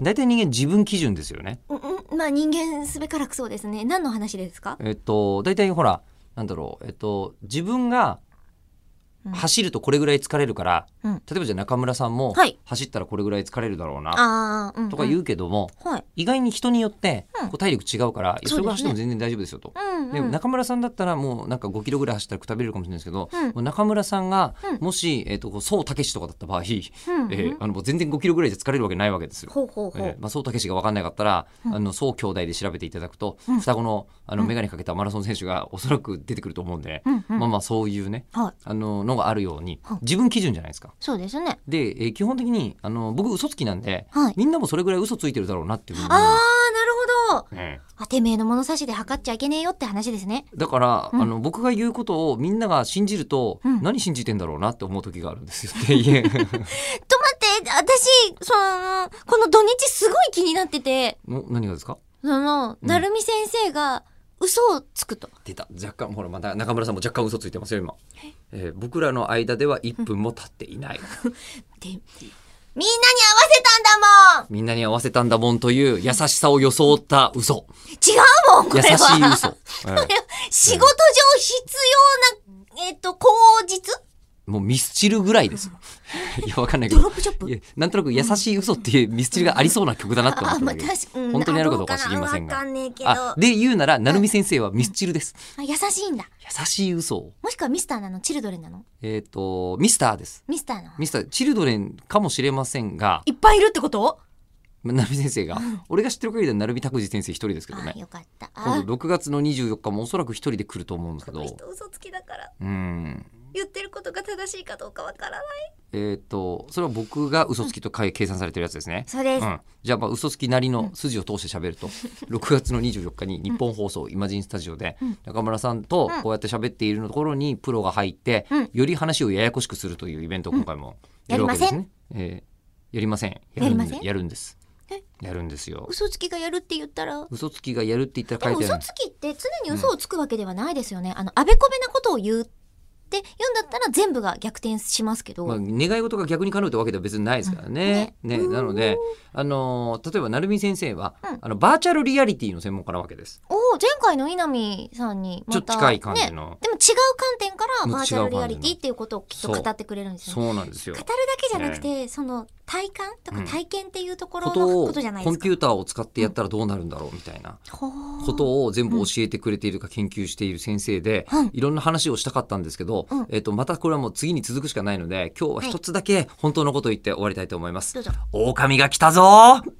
大体人間自分基準ですよね。うんうんまあ人間すべからくそうですね何の話ですかえっと、大体ほら、なんだろう、えっと、自分がうん走るとこれぐらい疲れるから、うん例えばじゃあ中村さんもはい走ったらこれぐらい疲れるだろうな、ああうん、うん、とか言うけども、はい意外に人によってうんこう体力違うから、いやそそうですねれが走っても全然大丈夫ですよと。うんでうん中村さんだったらもうなんか5キロぐらい走ったらくたびれるかもしれないですけど、うんもう中村さんがうんもし、えっとこう宋武とかだった場合、うんうんえーあのもう全然5キロぐらいじゃ疲れるわけないわけですよ。ほうほうほう、えーまあ、そうたけしが分かんなかったら、あのそう兄弟で調べていただくと、うん双子のあの眼鏡かけたマラソン選手がおそらく出てくると思うんで、うんうんまあまあそういうねはいあののがあるようにはい自分基準じゃないですか。そうですねで、えー基本的にあの僕嘘つきなんで、はいみんなもそれぐらい嘘ついてるだろうなっていうふうにあ思あうんですなるほどえあてめえの物差しで測っちゃいけねえよって話ですねえだから、うんあの僕が言うことをみんなが信じると、うん何信じてんだろうなって思う時があるんですよ。って 言えちょっと待って私そのこの土日すごい気になってての何がですかそのうんなるみ先生が嘘をつくと、出た若干ほらまた中村さんも若干嘘ついてますよ今、えー僕らの間では1分も経っていない。でみんなに合わせたんだもんみんなに合わせたんだもんという優しさを装った嘘。違うもんこ優しれいは 嘘。ええ仕事上必要な、えっ、と、口実もうミスチルぐらいですよ。いや、わかんないけドロど。ップショップいやなんとなく優しい嘘っていうミスチルがありそうな曲だなって思っあ、たんまあ、だけど確かに。本当にあるかどうかは知りませんわがか。んねえけど。ああ、で言うなら、なるみ先生はミスチルです。優しいんだ。優しい嘘を。もしくはミスターなのチルドレンなのえっ、と、ミスターです。ミスターなのミスター、チルドレンかもしれませんが、いっぱいいるってことなるみ先生が、俺が知ってる限りではなるみ拓司先生一人ですけどあね、。よかった。あ今、度6月の24日もおそらく一人で来ると思うんですけこのど、人嘘つきだから、うん。言ってることが正しいかどうかわからない。えっ、と、それは僕が嘘つきとか計算されてるやつですね。そうです。うん、じゃあまあ嘘つきなりの筋を通して喋ると、6月の24日に日本放送イマジンスタジオでうん中村さんとうんこうやって喋っているところにプロが入って、うんより話をややこしくするというイベントを今回もうんやるわけですね。えーやりません。やるんやりませんやるんですえ。やるんですよ。嘘つきがやるって言ったら、嘘つきがやるって言ったでらも書いてあ嘘るつきって常に嘘をつくわけではないですよね。あの、あべこべなことを言うって言うんだったら全部が逆転しますけど。まあ、願い事が逆に叶うってわけでは別にないですからね。うんねねなので、あのー例えば成美先生は、うんあのバーチャルリアリティの専門家なわけです。おお前回の稲見さんにまちょたっと近い感じね、の、でも違う観点からバーチャルリアリティっていうことをきっとそう語ってくれるんですよねそうなん ですよ語。るだけじゃなくて、その体感とかうん体験っていうところこのとをことじゃないコンですか、ピューターを使ってやったらどうなるんだろうみたいなほーことを全部教えてくれているか研究している先生で、うんいろんな話をしたかったんですけど、うんえっとまたこれはもう次に続くしかないので今日は一つだけ本当のことを言って終わりたいと思います。どうぞ狼が来たぞー